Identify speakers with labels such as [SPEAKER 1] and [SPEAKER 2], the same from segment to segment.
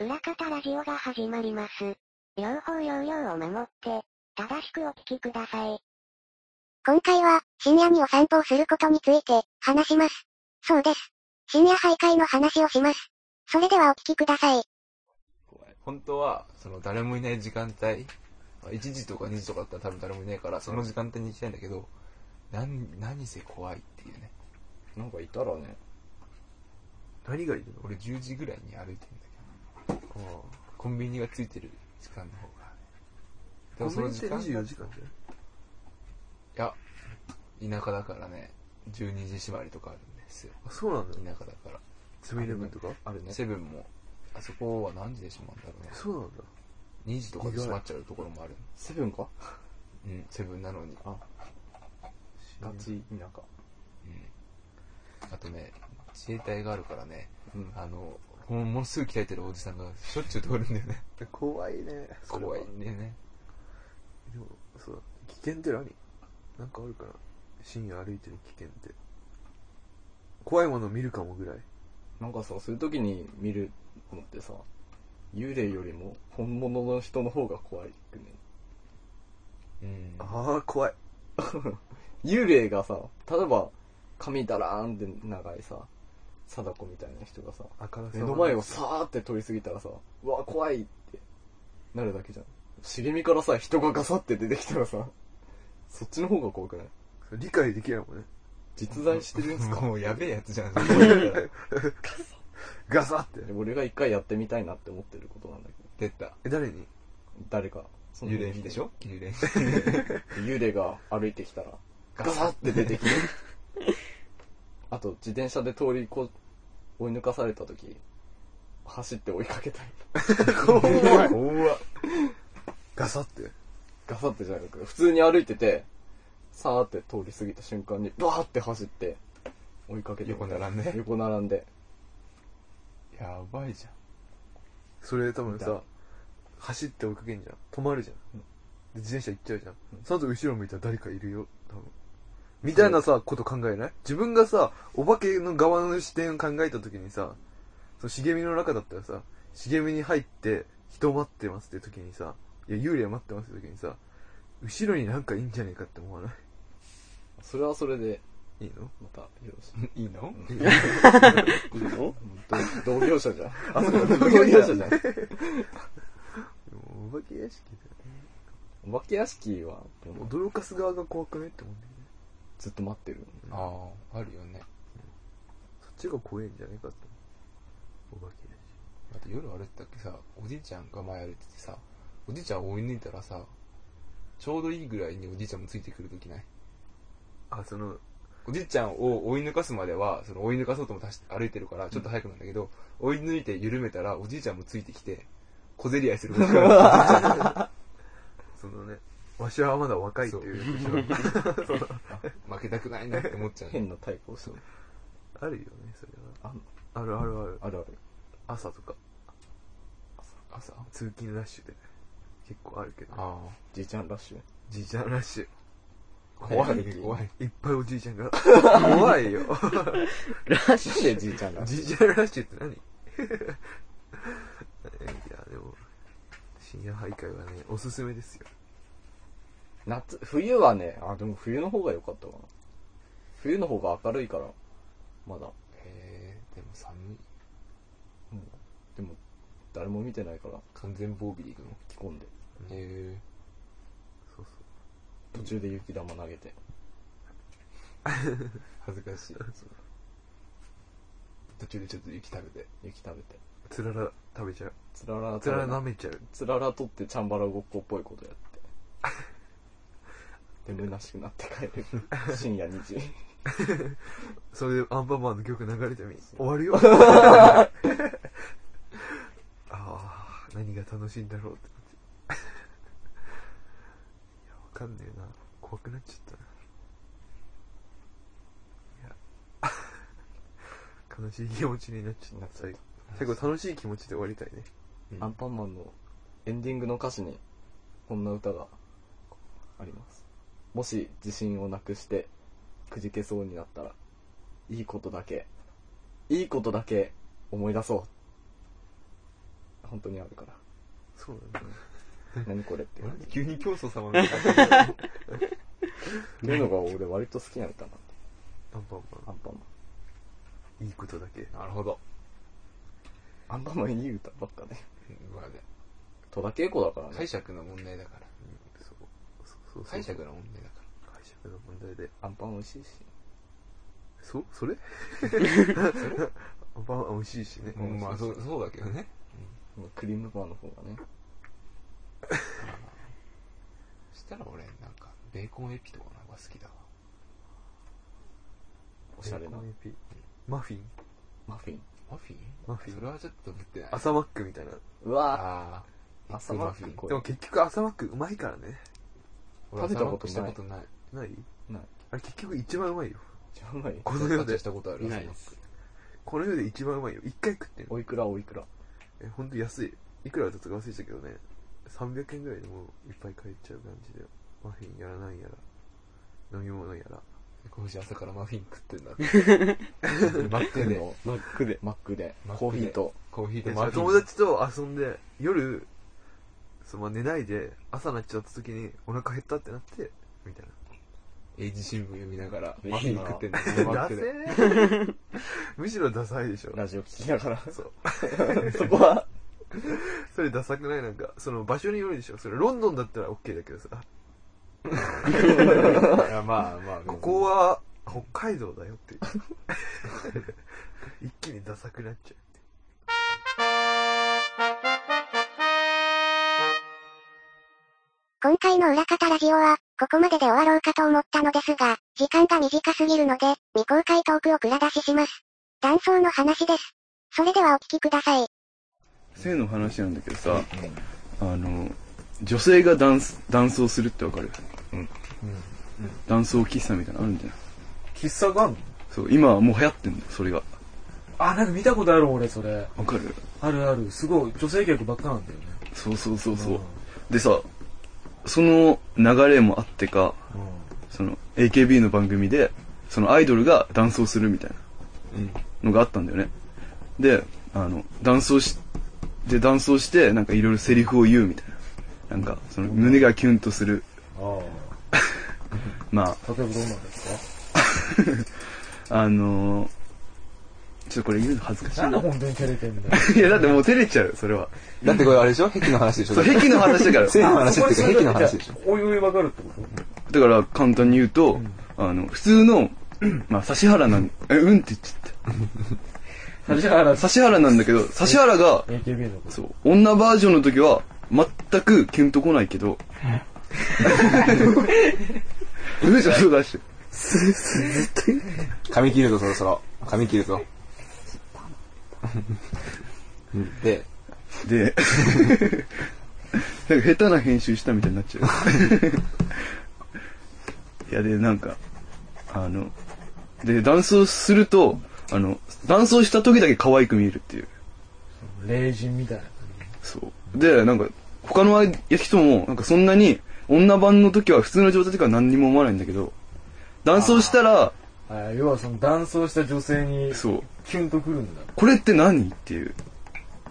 [SPEAKER 1] 裏方ラジオが始まります。両方要領を守って、正しくお聞きください。
[SPEAKER 2] 今回は、深夜にお散歩をすることについて、話します。そうです。深夜徘徊の話をします。それではお聞きください。
[SPEAKER 3] 本当は、その誰もいない時間帯、1時とか2時とかだったら多分誰もいないから、その時間帯に行きたいんだけど、なん、何せ怖いっていうね。
[SPEAKER 4] なんかいたらね、
[SPEAKER 3] 何がいるの俺10時ぐらいに歩いてんだけど、こう、コンビニがついてる時間の方が。でもその時間、い
[SPEAKER 5] 時間じ
[SPEAKER 3] や、田舎だからね、12時縛りとかあるんですよ。
[SPEAKER 5] あ、そうなんだ
[SPEAKER 3] 田。舎だから。
[SPEAKER 5] セブンイレブンとか
[SPEAKER 4] あるね。
[SPEAKER 3] セブンも、あそこは何時で閉まるんだろうね。
[SPEAKER 5] そうなんだ。
[SPEAKER 3] 2時とかで閉まっちゃうところもある。
[SPEAKER 4] セブンか
[SPEAKER 3] うん、セブンなのに。
[SPEAKER 4] あ、ガチ
[SPEAKER 3] う
[SPEAKER 4] 田舎。
[SPEAKER 3] んあとね、自衛隊があるからね、
[SPEAKER 4] うん
[SPEAKER 3] あの、もうものすぐ鍛えてるおじさんがしょっちゅう通るんだよ ね。
[SPEAKER 5] 怖いね。それは
[SPEAKER 3] 怖いんだよね。
[SPEAKER 5] でも、そうだ。危険って何なんかあるかな深夜歩いてる危険って。怖いものを見るかもぐらい。
[SPEAKER 4] なんかさ、そういう時に見るのってさ、幽霊よりも本物の人の方が怖いくね。
[SPEAKER 3] うん。
[SPEAKER 5] ああ、怖い。
[SPEAKER 4] 幽霊がさ、例えば、髪だらーんって長いさ、貞子みたいな人がさ、
[SPEAKER 5] あからさ
[SPEAKER 4] 目
[SPEAKER 5] まな
[SPEAKER 4] の前をさーって通り過ぎたらさ、うわ、怖いってなるだけじゃん。茂みからさ、人がガサって出てきたらさ、そっちの方が怖くない
[SPEAKER 5] 理解できないもんね。
[SPEAKER 4] 実在してるんすか
[SPEAKER 3] もうやべえやつじ ゃん。
[SPEAKER 5] ガサって。
[SPEAKER 4] で俺が一回やってみたいなって思ってることなんだけ
[SPEAKER 3] 出
[SPEAKER 4] ど、
[SPEAKER 3] た。
[SPEAKER 5] え、誰に
[SPEAKER 4] 誰か、その
[SPEAKER 3] 幽霊でしょ幽霊。
[SPEAKER 4] 幽霊が歩いてきたら、ガサって出てきて。あと、自転車で通りこ追い抜かされた時、走って追いかけたい。
[SPEAKER 3] 怖っ
[SPEAKER 5] ガサって。
[SPEAKER 4] ガサってじゃなく、普通に歩いてて、さーって通り過ぎた瞬間に、バーって走って、追いかけて。
[SPEAKER 3] 横並んで
[SPEAKER 4] 横並んで。
[SPEAKER 3] やばいじ
[SPEAKER 5] それ多分
[SPEAKER 4] 見
[SPEAKER 5] さ
[SPEAKER 4] た、
[SPEAKER 5] 走って追いかけんじゃん。止まるじゃん。
[SPEAKER 4] うん
[SPEAKER 5] で自転車行っちゃうじゃん。その後後ろ向いたら誰かいるよ、多分。みたいなさ、こと考えない自分がさ、お化けの側の視点を考えた時にさ、その茂みの中だったらさ、茂みに入って、人待ってますって時にさ、いや、幽霊待ってますって時にさ、後ろになんかいいんじゃねえかって思わな
[SPEAKER 4] それはそれで、
[SPEAKER 5] いいいの
[SPEAKER 4] また、よろしい。
[SPEAKER 3] ゃん。いいの
[SPEAKER 4] 同同業者じゃん。
[SPEAKER 5] あそうか
[SPEAKER 4] 同業者じゃん。
[SPEAKER 5] でもお化け屋敷だ
[SPEAKER 4] お化け屋敷は、で
[SPEAKER 5] よ
[SPEAKER 4] も
[SPEAKER 5] ね。驚かす側が怖くねって思うんだよね。
[SPEAKER 4] ずっと待ってる。
[SPEAKER 3] ああ、あるよね。
[SPEAKER 5] そっちが怖えんじゃねえかって思う。お化け屋敷。
[SPEAKER 3] あと夜歩いてたっけさ、おじいちゃんが前歩いててさ、おじいちゃんを追い抜いたらさ、ちょうどいいぐらいにおじいちゃんもついてくるときない
[SPEAKER 5] あ、その、
[SPEAKER 3] おじいちゃんを追い抜かすまでは、その追い抜かそうともたし歩いてるから、ちょっと早くなんだけど、追い抜いて緩めたら、おじいちゃんもついてきて、小競り合いする ことがあ
[SPEAKER 5] そのね、わしはまだ若いっていう。
[SPEAKER 3] る負けたくないなって思っちゃう。
[SPEAKER 4] 変な対抗する。
[SPEAKER 5] あるよね、それ
[SPEAKER 4] あん
[SPEAKER 5] は。あるあるある。
[SPEAKER 4] あるある。
[SPEAKER 5] 朝とか、
[SPEAKER 3] 朝あ
[SPEAKER 5] 通勤ラッシュで、ね、結構あるけど、
[SPEAKER 3] あ。
[SPEAKER 4] じいちゃんラッシュ。
[SPEAKER 5] じいちゃんラッシュ。
[SPEAKER 3] 怖いね、怖い。
[SPEAKER 5] いっぱいおじいちゃんが。 怖いよ。
[SPEAKER 4] なんでじいちゃんラッシュ
[SPEAKER 5] じいちゃんラッシュって何 いや、でも、深夜徘徊はね、おすすめですよ。
[SPEAKER 4] 夏、冬はね、あ、でも冬の方が良かったかな。冬の方が明るいから、まだ。
[SPEAKER 3] えー、でも寒い。
[SPEAKER 4] でも、誰も見てないから、
[SPEAKER 3] 完全防備で行くの。
[SPEAKER 4] 着込んで。
[SPEAKER 3] え
[SPEAKER 5] そう
[SPEAKER 4] 途中で雪玉投げて。
[SPEAKER 3] ー、恥ずかしい。途中でちょっと雪食べて。
[SPEAKER 4] 雪食べて。
[SPEAKER 5] そう。つらら食べちゃう。
[SPEAKER 4] つらら、
[SPEAKER 5] つらら舐めちゃう。
[SPEAKER 4] つらら取ってチャンバラごっこっぽいことやって。で、虚しくなって帰る。深夜2時。
[SPEAKER 5] それでアンパンマンの曲流れてみ。終わる よ。ああ、何が楽しいんだろうって感じ。いや、わかんねえな。怖くなっちゃったな。いや、 悲しい気持ちになっちゃった。最後、最後楽しい気持ちで終わりたいね。
[SPEAKER 3] うん
[SPEAKER 4] アンパンマンのエンディングの歌詞に、こんな歌があります。もし自信をなくして、くじけそうになったら、いいことだけ、いいことだけ思い出そう。本当にある から。
[SPEAKER 5] そうだよ ね。
[SPEAKER 4] 何これっていう感じ。
[SPEAKER 3] 急に教祖様みたいな。
[SPEAKER 4] っていうのが俺割と好きな歌なんで、
[SPEAKER 5] アンパンマ
[SPEAKER 4] アンパンマン。
[SPEAKER 5] ン。いいことだけ。
[SPEAKER 3] なるほど。
[SPEAKER 4] アンパンマンいい歌ばっかね。
[SPEAKER 3] まあね
[SPEAKER 4] 戸田恵子だからね
[SPEAKER 3] 解。釈の問題だから。
[SPEAKER 5] そう。そうそうそう
[SPEAKER 3] 解釈の問題だか
[SPEAKER 5] 解釈の問題で。
[SPEAKER 4] アンパン美味しいし。
[SPEAKER 5] そそ れアンパンマン美味しいしね。
[SPEAKER 3] ら。うんまあそう、そうだけどね。
[SPEAKER 4] クリームパンの方がね。
[SPEAKER 3] そしたら俺、なんか、ベーコンエピとかの方が好きだわ。
[SPEAKER 4] おしゃれな
[SPEAKER 5] ベーコンエピマフィン
[SPEAKER 4] マフィン。
[SPEAKER 3] マフィン
[SPEAKER 5] マフィン
[SPEAKER 3] それはちょっとぶってない。
[SPEAKER 5] 朝マックみたいな。
[SPEAKER 4] うわ
[SPEAKER 3] あ
[SPEAKER 4] ぁ、朝マフィン
[SPEAKER 5] でも
[SPEAKER 4] こ
[SPEAKER 5] 結局朝マックうまいからね。
[SPEAKER 3] ー。
[SPEAKER 4] 食べた
[SPEAKER 3] 俺朝マ
[SPEAKER 4] ことな
[SPEAKER 3] ッ
[SPEAKER 4] い
[SPEAKER 3] クしたことない。
[SPEAKER 5] ない
[SPEAKER 4] れ。ない。
[SPEAKER 5] あれ結局一番うまいよ。
[SPEAKER 4] じゃあうまい。
[SPEAKER 5] この世
[SPEAKER 3] ガチャ
[SPEAKER 5] で
[SPEAKER 3] し、たことある
[SPEAKER 6] ないです。
[SPEAKER 5] この世で一番うまいよ。一回食ってる。
[SPEAKER 4] おいくらおいくら。
[SPEAKER 5] え、ほんと安い。いくらだったか忘れたけどね。300円ぐらいでもういっぱい買えちゃう感じで。マフィンやらないやら。飲み物やら。
[SPEAKER 3] こうし朝からマフィン食ってんだ って。マックで。
[SPEAKER 4] の、マックで。マックで。
[SPEAKER 3] マックで
[SPEAKER 4] コーヒーと。
[SPEAKER 3] コーヒーと
[SPEAKER 5] で
[SPEAKER 3] マフィン。
[SPEAKER 5] 友達と遊んで、夜、その寝ないで、朝なっちゃった時にお腹減ったってなって、みたい
[SPEAKER 3] 英字新聞読みながら、
[SPEAKER 4] いいな
[SPEAKER 3] マフィン食ってんだって。マッ
[SPEAKER 5] な。ダ
[SPEAKER 3] ク
[SPEAKER 5] セ
[SPEAKER 3] で。
[SPEAKER 5] ー むしろダサいでしょ。
[SPEAKER 4] ラジオ聞きながら。
[SPEAKER 5] そう。
[SPEAKER 4] そこは、
[SPEAKER 5] それダサくないなんか、その場所によるでしょ。それロンドンだったら OK だけどさ、
[SPEAKER 3] いやまあまあ、
[SPEAKER 5] ここは北海道だよっていう。 一気にダサくなっちゃうっていう。
[SPEAKER 2] 今回の裏方ラジオは、ここまでで終わろうかと思ったのですが、時間が短すぎるので、未公開トークを蔵出しします。断層の話です。それではお聞きください。
[SPEAKER 7] 性の話なんだけどさ、あの女性がダンスダンスをするってわかる、ダンスを喫茶みたいなのあるんじゃない
[SPEAKER 6] 喫茶があんの
[SPEAKER 7] そう今はもう流行ってんだよそれが
[SPEAKER 6] あ、なんか見たことある俺、それ。
[SPEAKER 7] わかる
[SPEAKER 6] あるある。すごい、女性客ばっかなんだよね。
[SPEAKER 7] そうそうそうそう、
[SPEAKER 6] うん
[SPEAKER 7] でさその流れもあってか
[SPEAKER 6] う
[SPEAKER 7] その AKB の番組でそのアイドルがダンスをするみたいなのがあったんだよね、であのダンスをしでダンスをしてなんかいろいろセリフを言うみたいななんかその胸がキュンとする
[SPEAKER 6] ん。あ
[SPEAKER 7] ま
[SPEAKER 6] あ。
[SPEAKER 7] あ
[SPEAKER 6] 例えばどうなんです
[SPEAKER 7] あのー、ちょっとこれ言うの恥ずかしい
[SPEAKER 6] かなんで
[SPEAKER 7] な。
[SPEAKER 6] 本当に照れてんだよ。
[SPEAKER 7] いや、だってもう照れちゃう、それは。
[SPEAKER 3] だってこれあれでしょ壁の話でしょ
[SPEAKER 7] そう、癖の話だから。
[SPEAKER 3] 性の話っていうか、
[SPEAKER 6] そこに
[SPEAKER 3] 壁の話でしょ
[SPEAKER 6] おいおいわかるってこと
[SPEAKER 7] だから、簡単に言うと、あの、普通 の、まあ、指原なん、え、うんって言っちゃっ
[SPEAKER 6] 指原
[SPEAKER 7] た。指原なんだけど、指原が、
[SPEAKER 6] AKB のこ
[SPEAKER 7] そう、女バージョンの時は、全くキュンとこないけど、 うんじゃそうだし。
[SPEAKER 3] 髪切るぞ、そろそろ。髪切るぞ。うんで、
[SPEAKER 7] で、なんか下手な編集したみたいになっ ちゃう。いや、で、なんか、あの、で、ダンスをすると、あの、ダンスをした時だけ可愛く見えるっていう。
[SPEAKER 6] と。霊人みたいな。
[SPEAKER 7] そう。で、なんか、他の人も、なんかそんなに、女版の時は普通の状態とかは何にも思わないんだけど、ダンスをしたら、
[SPEAKER 6] あー要はその男装した女性に
[SPEAKER 7] そう、
[SPEAKER 6] キュンとくるんだ。
[SPEAKER 7] これって何っていう。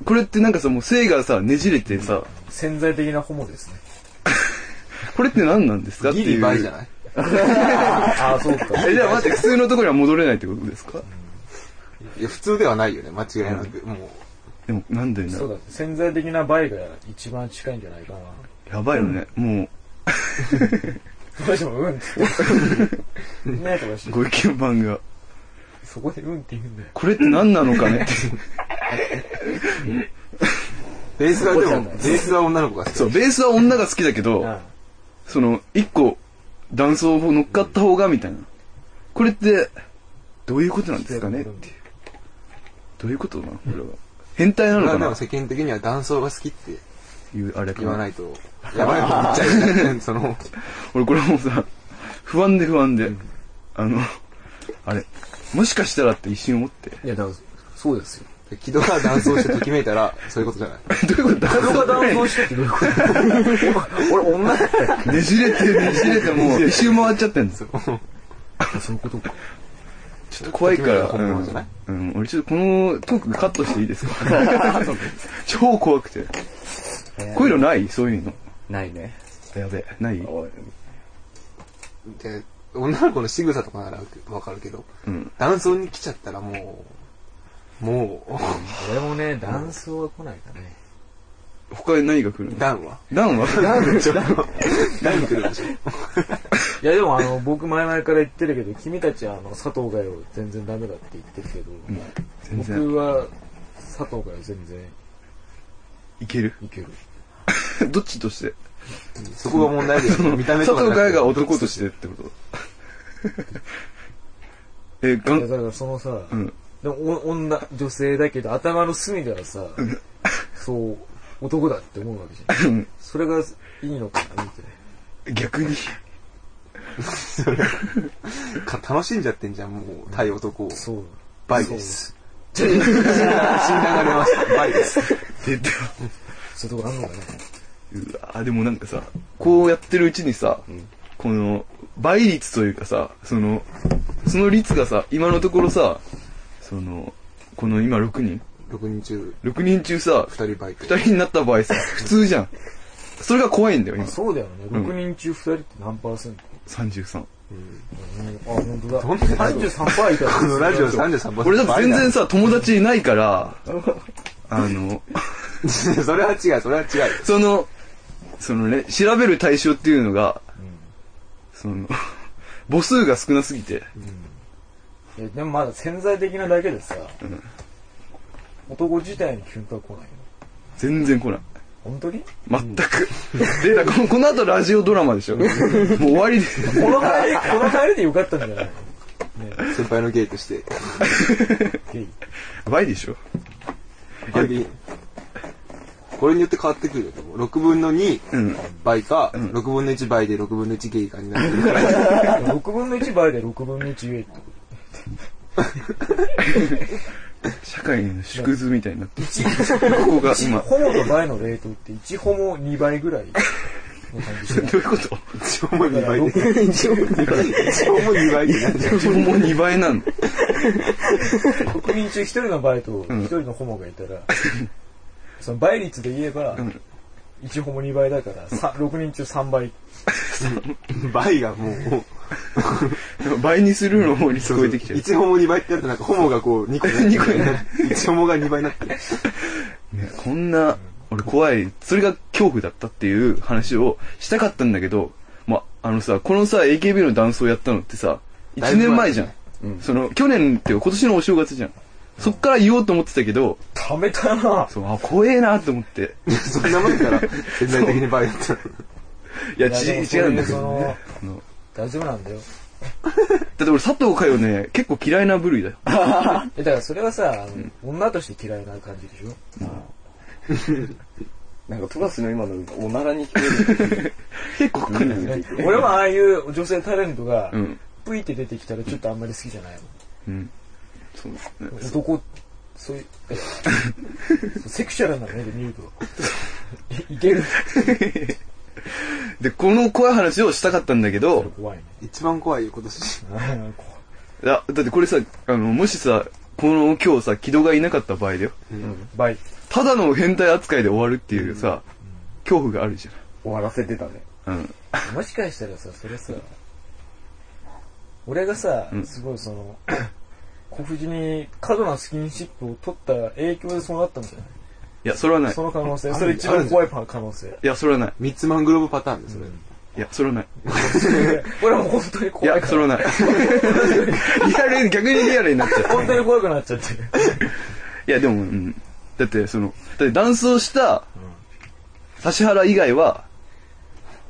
[SPEAKER 7] これってなんかさ、もう性がさ、ねじれてさ、
[SPEAKER 6] 潜在的なホモですね。
[SPEAKER 7] これって何なんですかってい
[SPEAKER 3] ギ
[SPEAKER 7] う。
[SPEAKER 3] リバイじゃない
[SPEAKER 6] ああ、そうか。
[SPEAKER 7] え、じゃあ待って、普通のところには戻れないってことですか
[SPEAKER 3] いや、普通ではないよね、間違いなく。も
[SPEAKER 7] でも、なんだ よ
[SPEAKER 6] そうだ
[SPEAKER 7] な。
[SPEAKER 6] ね。潜在的なバイが一番近いんじゃないかな。
[SPEAKER 7] やばいよね。も
[SPEAKER 6] どうしてもうんって言って。ねえとかし
[SPEAKER 7] う、
[SPEAKER 6] て
[SPEAKER 7] ご意見番が、
[SPEAKER 6] そこでうんって言うんだよ。
[SPEAKER 7] これって何なの かねって。
[SPEAKER 3] う、ベースは
[SPEAKER 6] こ
[SPEAKER 3] で
[SPEAKER 6] こじゃ
[SPEAKER 3] も
[SPEAKER 6] ない、
[SPEAKER 3] ベースは女の子が好き。
[SPEAKER 7] そう、ベースは女が好きだけど、
[SPEAKER 6] あ
[SPEAKER 7] その、一個、断層を乗っかった方が、みたいな。これって、どういうことなんですかねっていう。どういうことなのこれは。変態な
[SPEAKER 3] それ
[SPEAKER 7] の
[SPEAKER 3] は
[SPEAKER 7] か
[SPEAKER 3] で
[SPEAKER 7] な
[SPEAKER 3] も世間的には男装が好きって
[SPEAKER 7] いう、あれか
[SPEAKER 3] 言わな。
[SPEAKER 7] ない
[SPEAKER 3] と、やばいこと言っちゃうね。そ の、
[SPEAKER 7] 俺、これもうさ、不安で不安で。あの、あれ、もしかしたらって一瞬思って。
[SPEAKER 6] あ。いや、だから、そうですよ。
[SPEAKER 3] 木戸が男装してときめいたら、そういうことじゃない。
[SPEAKER 7] どういうこと
[SPEAKER 6] 人が男装してってどういう こと俺、女だったっ
[SPEAKER 7] ねじれて、ねじれて、もう一周回っちゃってんですよ。
[SPEAKER 6] けそういうことか。
[SPEAKER 7] ちちょっと怖いから、
[SPEAKER 8] 本物じゃない
[SPEAKER 7] うん、俺ちょっとこのトークカットしていいですか 超怖くて。こういうのないそういうの。
[SPEAKER 8] ないね。
[SPEAKER 7] やべえ。ない
[SPEAKER 8] おい
[SPEAKER 3] で、女の子の仕草とかならわかるけど、
[SPEAKER 7] うん。
[SPEAKER 3] 男装に来ちゃったらもう、も
[SPEAKER 8] 俺もね、ダンスは来ないかね。
[SPEAKER 7] 他に何が来る
[SPEAKER 3] う、
[SPEAKER 7] の
[SPEAKER 3] ダンは。
[SPEAKER 7] ダンは
[SPEAKER 3] ダンでしょダン来るでしょ
[SPEAKER 4] いやでもあの、僕前々から言ってるけど、君たちはあの、佐藤がよ、全然ダメだって言ってるけど、
[SPEAKER 7] 全然。
[SPEAKER 4] 僕は佐藤がよ、全然
[SPEAKER 7] いける。
[SPEAKER 4] いける。
[SPEAKER 7] どっちとして
[SPEAKER 3] そこが問題ですよ。見た目
[SPEAKER 7] 佐
[SPEAKER 3] とかじゃなく
[SPEAKER 7] 藤
[SPEAKER 3] て
[SPEAKER 7] 海が男としてってこと え、ガ
[SPEAKER 4] いや
[SPEAKER 7] ン、
[SPEAKER 4] だからそのさ、
[SPEAKER 7] ん
[SPEAKER 4] でもお女、女性だけど頭の隅ではさ、そう、男だって思うわけじゃん。それがいいのかなみたいな。
[SPEAKER 7] 逆に。
[SPEAKER 3] か楽しんじゃってんじゃん、もう、対男を。
[SPEAKER 4] そう。
[SPEAKER 3] バイです。死んだ流れました。バイです。
[SPEAKER 7] 出た。
[SPEAKER 4] そういうとこあんのかね。
[SPEAKER 7] うわぁでもなんかさ、こうやってるうちにさ、この、倍率というかさ、その、その率がさ、今のところさ、その、この今6人
[SPEAKER 3] 6人中、
[SPEAKER 7] ?6 人中さ、
[SPEAKER 3] 2人バイク。
[SPEAKER 7] 2人になった場 合さ、普通じゃん。それが怖いんだよ、今。
[SPEAKER 4] そうだよね。
[SPEAKER 7] うん
[SPEAKER 4] 6人中2人って何パーセント、
[SPEAKER 7] 33。
[SPEAKER 4] うん、あ、本当だ。
[SPEAKER 3] どんな
[SPEAKER 4] 33%いた
[SPEAKER 3] このラジオ33番。
[SPEAKER 7] 俺だって全然さ、友達いない から、あの、
[SPEAKER 3] 然。 それは違う、それは違う。
[SPEAKER 7] その、そのね、調べる対象っていうのが、その、 母数が少なすぎて、
[SPEAKER 4] いやでもまだ潜在的なだけでさ、男自体にキュンとは来ないよ。
[SPEAKER 7] 全然来ない。
[SPEAKER 4] 本当に
[SPEAKER 7] 全く。で、だこのこの後ラジオドラマでしょ。もう終わりです。
[SPEAKER 4] この帰り、この帰りでよかったんじゃないの
[SPEAKER 3] 先輩のゲイとして。
[SPEAKER 4] ゲイ。
[SPEAKER 7] やばいでしょ。
[SPEAKER 3] あれでいいこれによって変わってくるよ。でも6分の
[SPEAKER 7] うん
[SPEAKER 3] 2倍か、6分の1倍で6分の1ゲイかになってるから。
[SPEAKER 4] 6分の1倍 で6分の1言えってこ
[SPEAKER 7] 社会の縮図みたいになってる。ここが
[SPEAKER 4] と。
[SPEAKER 7] 今。
[SPEAKER 4] ホモとバイのレートって1ホモ2倍ぐらいの感じ
[SPEAKER 7] どういうこと
[SPEAKER 3] 一応もう
[SPEAKER 4] だ
[SPEAKER 3] 2
[SPEAKER 4] から
[SPEAKER 3] 倍で。
[SPEAKER 4] 6
[SPEAKER 3] 一応もう2倍ってなっちゃう。
[SPEAKER 7] 自分も2倍なの。
[SPEAKER 4] 6人中1人のバイと1人のホモがいたら、その倍率で言えば、1ホモ2倍だから、さ6人中3倍。
[SPEAKER 3] 倍がもう、
[SPEAKER 7] 倍にするの方に聞こえてきちゃう。
[SPEAKER 3] 1ホモ2倍ってなるとなんかホモがこう2個
[SPEAKER 7] 二個 にな
[SPEAKER 3] 1ホモが2倍になってる。
[SPEAKER 7] ねこんな、俺怖い。それが恐怖だったっていう話をしたかったんだけど、ま、あのさ、このさ、AKB のダンスをやったのってさ、
[SPEAKER 3] だい
[SPEAKER 7] 1
[SPEAKER 3] ぶ前
[SPEAKER 7] 年前じゃん。その、去年っていうか今年のお正月じゃん。そっから言おうと思ってたけど、
[SPEAKER 4] ためたな
[SPEAKER 7] そう、あ、怖えなと思って。
[SPEAKER 3] そんなもんから潜在的に倍だったら。
[SPEAKER 7] いや、
[SPEAKER 4] いや
[SPEAKER 7] ち
[SPEAKER 4] でもそ
[SPEAKER 7] 違
[SPEAKER 4] れ
[SPEAKER 7] うんだけ
[SPEAKER 4] そ
[SPEAKER 7] ど
[SPEAKER 4] の
[SPEAKER 7] ね。あの
[SPEAKER 4] 大丈夫なんだよ。
[SPEAKER 7] だって俺佐藤かよね、結構嫌いな部類だよ。
[SPEAKER 4] え、だからそれはさ、あの女として嫌いな感じでしょ
[SPEAKER 8] なんかトラスの今のおならに聞こえる。
[SPEAKER 7] 結構来るよね。
[SPEAKER 4] 俺もああいう女性タレントが
[SPEAKER 7] う、ん。
[SPEAKER 4] ぷいって出てきたらちょっとあんまり好きじゃないの。
[SPEAKER 7] うん。そうね。
[SPEAKER 4] 男、そういう、えセクシャルな目で見ると、 いいける
[SPEAKER 7] で、この怖い話をしたかったんだけど、
[SPEAKER 4] 怖いね。
[SPEAKER 3] 一番怖いよ、今年。
[SPEAKER 7] いや、だってこれさ、あの、もしさ、この今日さ、木戸がいなかった場合だよ。
[SPEAKER 4] バイ。
[SPEAKER 7] ただの変態扱いで終わるっていうさ、恐怖があるじ
[SPEAKER 8] 終わらせてたね。
[SPEAKER 7] ゃん。うん。
[SPEAKER 4] もしかしたらさ、それさ、俺がさ、すごいその、 小藤に過度なスキンシップを取った影響でそうなったんじゃない
[SPEAKER 7] いや、それはない。
[SPEAKER 4] そ
[SPEAKER 7] い
[SPEAKER 4] の可能性。それ一番怖いパ可能性。
[SPEAKER 7] や、それはない。
[SPEAKER 3] ミッツマングローブパターンです、それ。
[SPEAKER 7] いや、それはない。
[SPEAKER 4] 俺はもう本当に
[SPEAKER 7] い
[SPEAKER 4] 怖い
[SPEAKER 7] や、
[SPEAKER 4] か
[SPEAKER 7] それ
[SPEAKER 4] ら。
[SPEAKER 7] はない。 リアル、逆にリアルになっちゃう。
[SPEAKER 4] 本当に怖くなっちゃって。
[SPEAKER 7] いや、でも、うん。だって、その、だってダンスをした、指原以外は、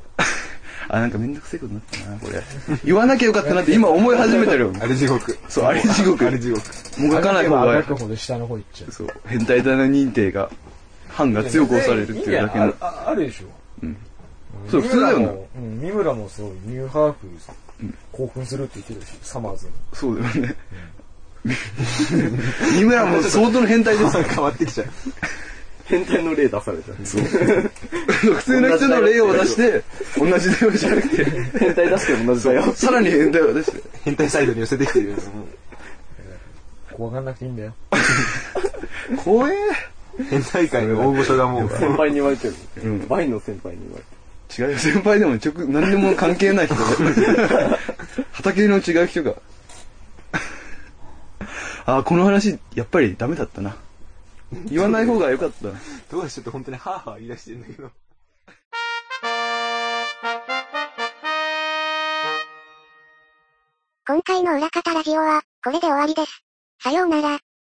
[SPEAKER 7] あ、なんかめんどくせえことになったな、これ。言わなきゃよかったなって今思い始めてるよ。
[SPEAKER 3] あれ地獄。
[SPEAKER 7] そう、あれ地獄。
[SPEAKER 3] あれ地獄。
[SPEAKER 7] もう書かない方
[SPEAKER 4] 上
[SPEAKER 7] が
[SPEAKER 4] が
[SPEAKER 7] いい
[SPEAKER 4] る。ほど下の方行っちゃう。
[SPEAKER 7] そう、変態だな認定が、判が強く押されるっていうだけの。
[SPEAKER 4] あああるでしょ。うん。
[SPEAKER 7] そう普通だよな
[SPEAKER 4] うん。三村もそう、ニューハーフ、興奮するって言ってるし、サマーズに。
[SPEAKER 7] そうだよね。三村も相当の変態です。
[SPEAKER 3] 変わってきちゃう。
[SPEAKER 8] 変態の例出された。
[SPEAKER 7] 普通の人の例を出して、同じだよじゃなくて、
[SPEAKER 8] 変態出して同じだよ。
[SPEAKER 7] さらに変態を出して。
[SPEAKER 3] 変態サイドに寄せてきてるよ。
[SPEAKER 6] 怖がんなくていいんだよ。
[SPEAKER 7] 怖え
[SPEAKER 3] 変態界の大御所だもん。
[SPEAKER 4] 先輩に言われてる。
[SPEAKER 7] うん
[SPEAKER 4] ワインの先輩に言われて
[SPEAKER 7] 違うよ先輩でも直何でも関係ない人畑の違う人があーこの話やっぱりダメだったな言わない方が良かった
[SPEAKER 3] どうしちょっと本当にハーハー言い出してるんだけど。
[SPEAKER 2] 今回の裏方ラジオは、これで終わりです。さようなら。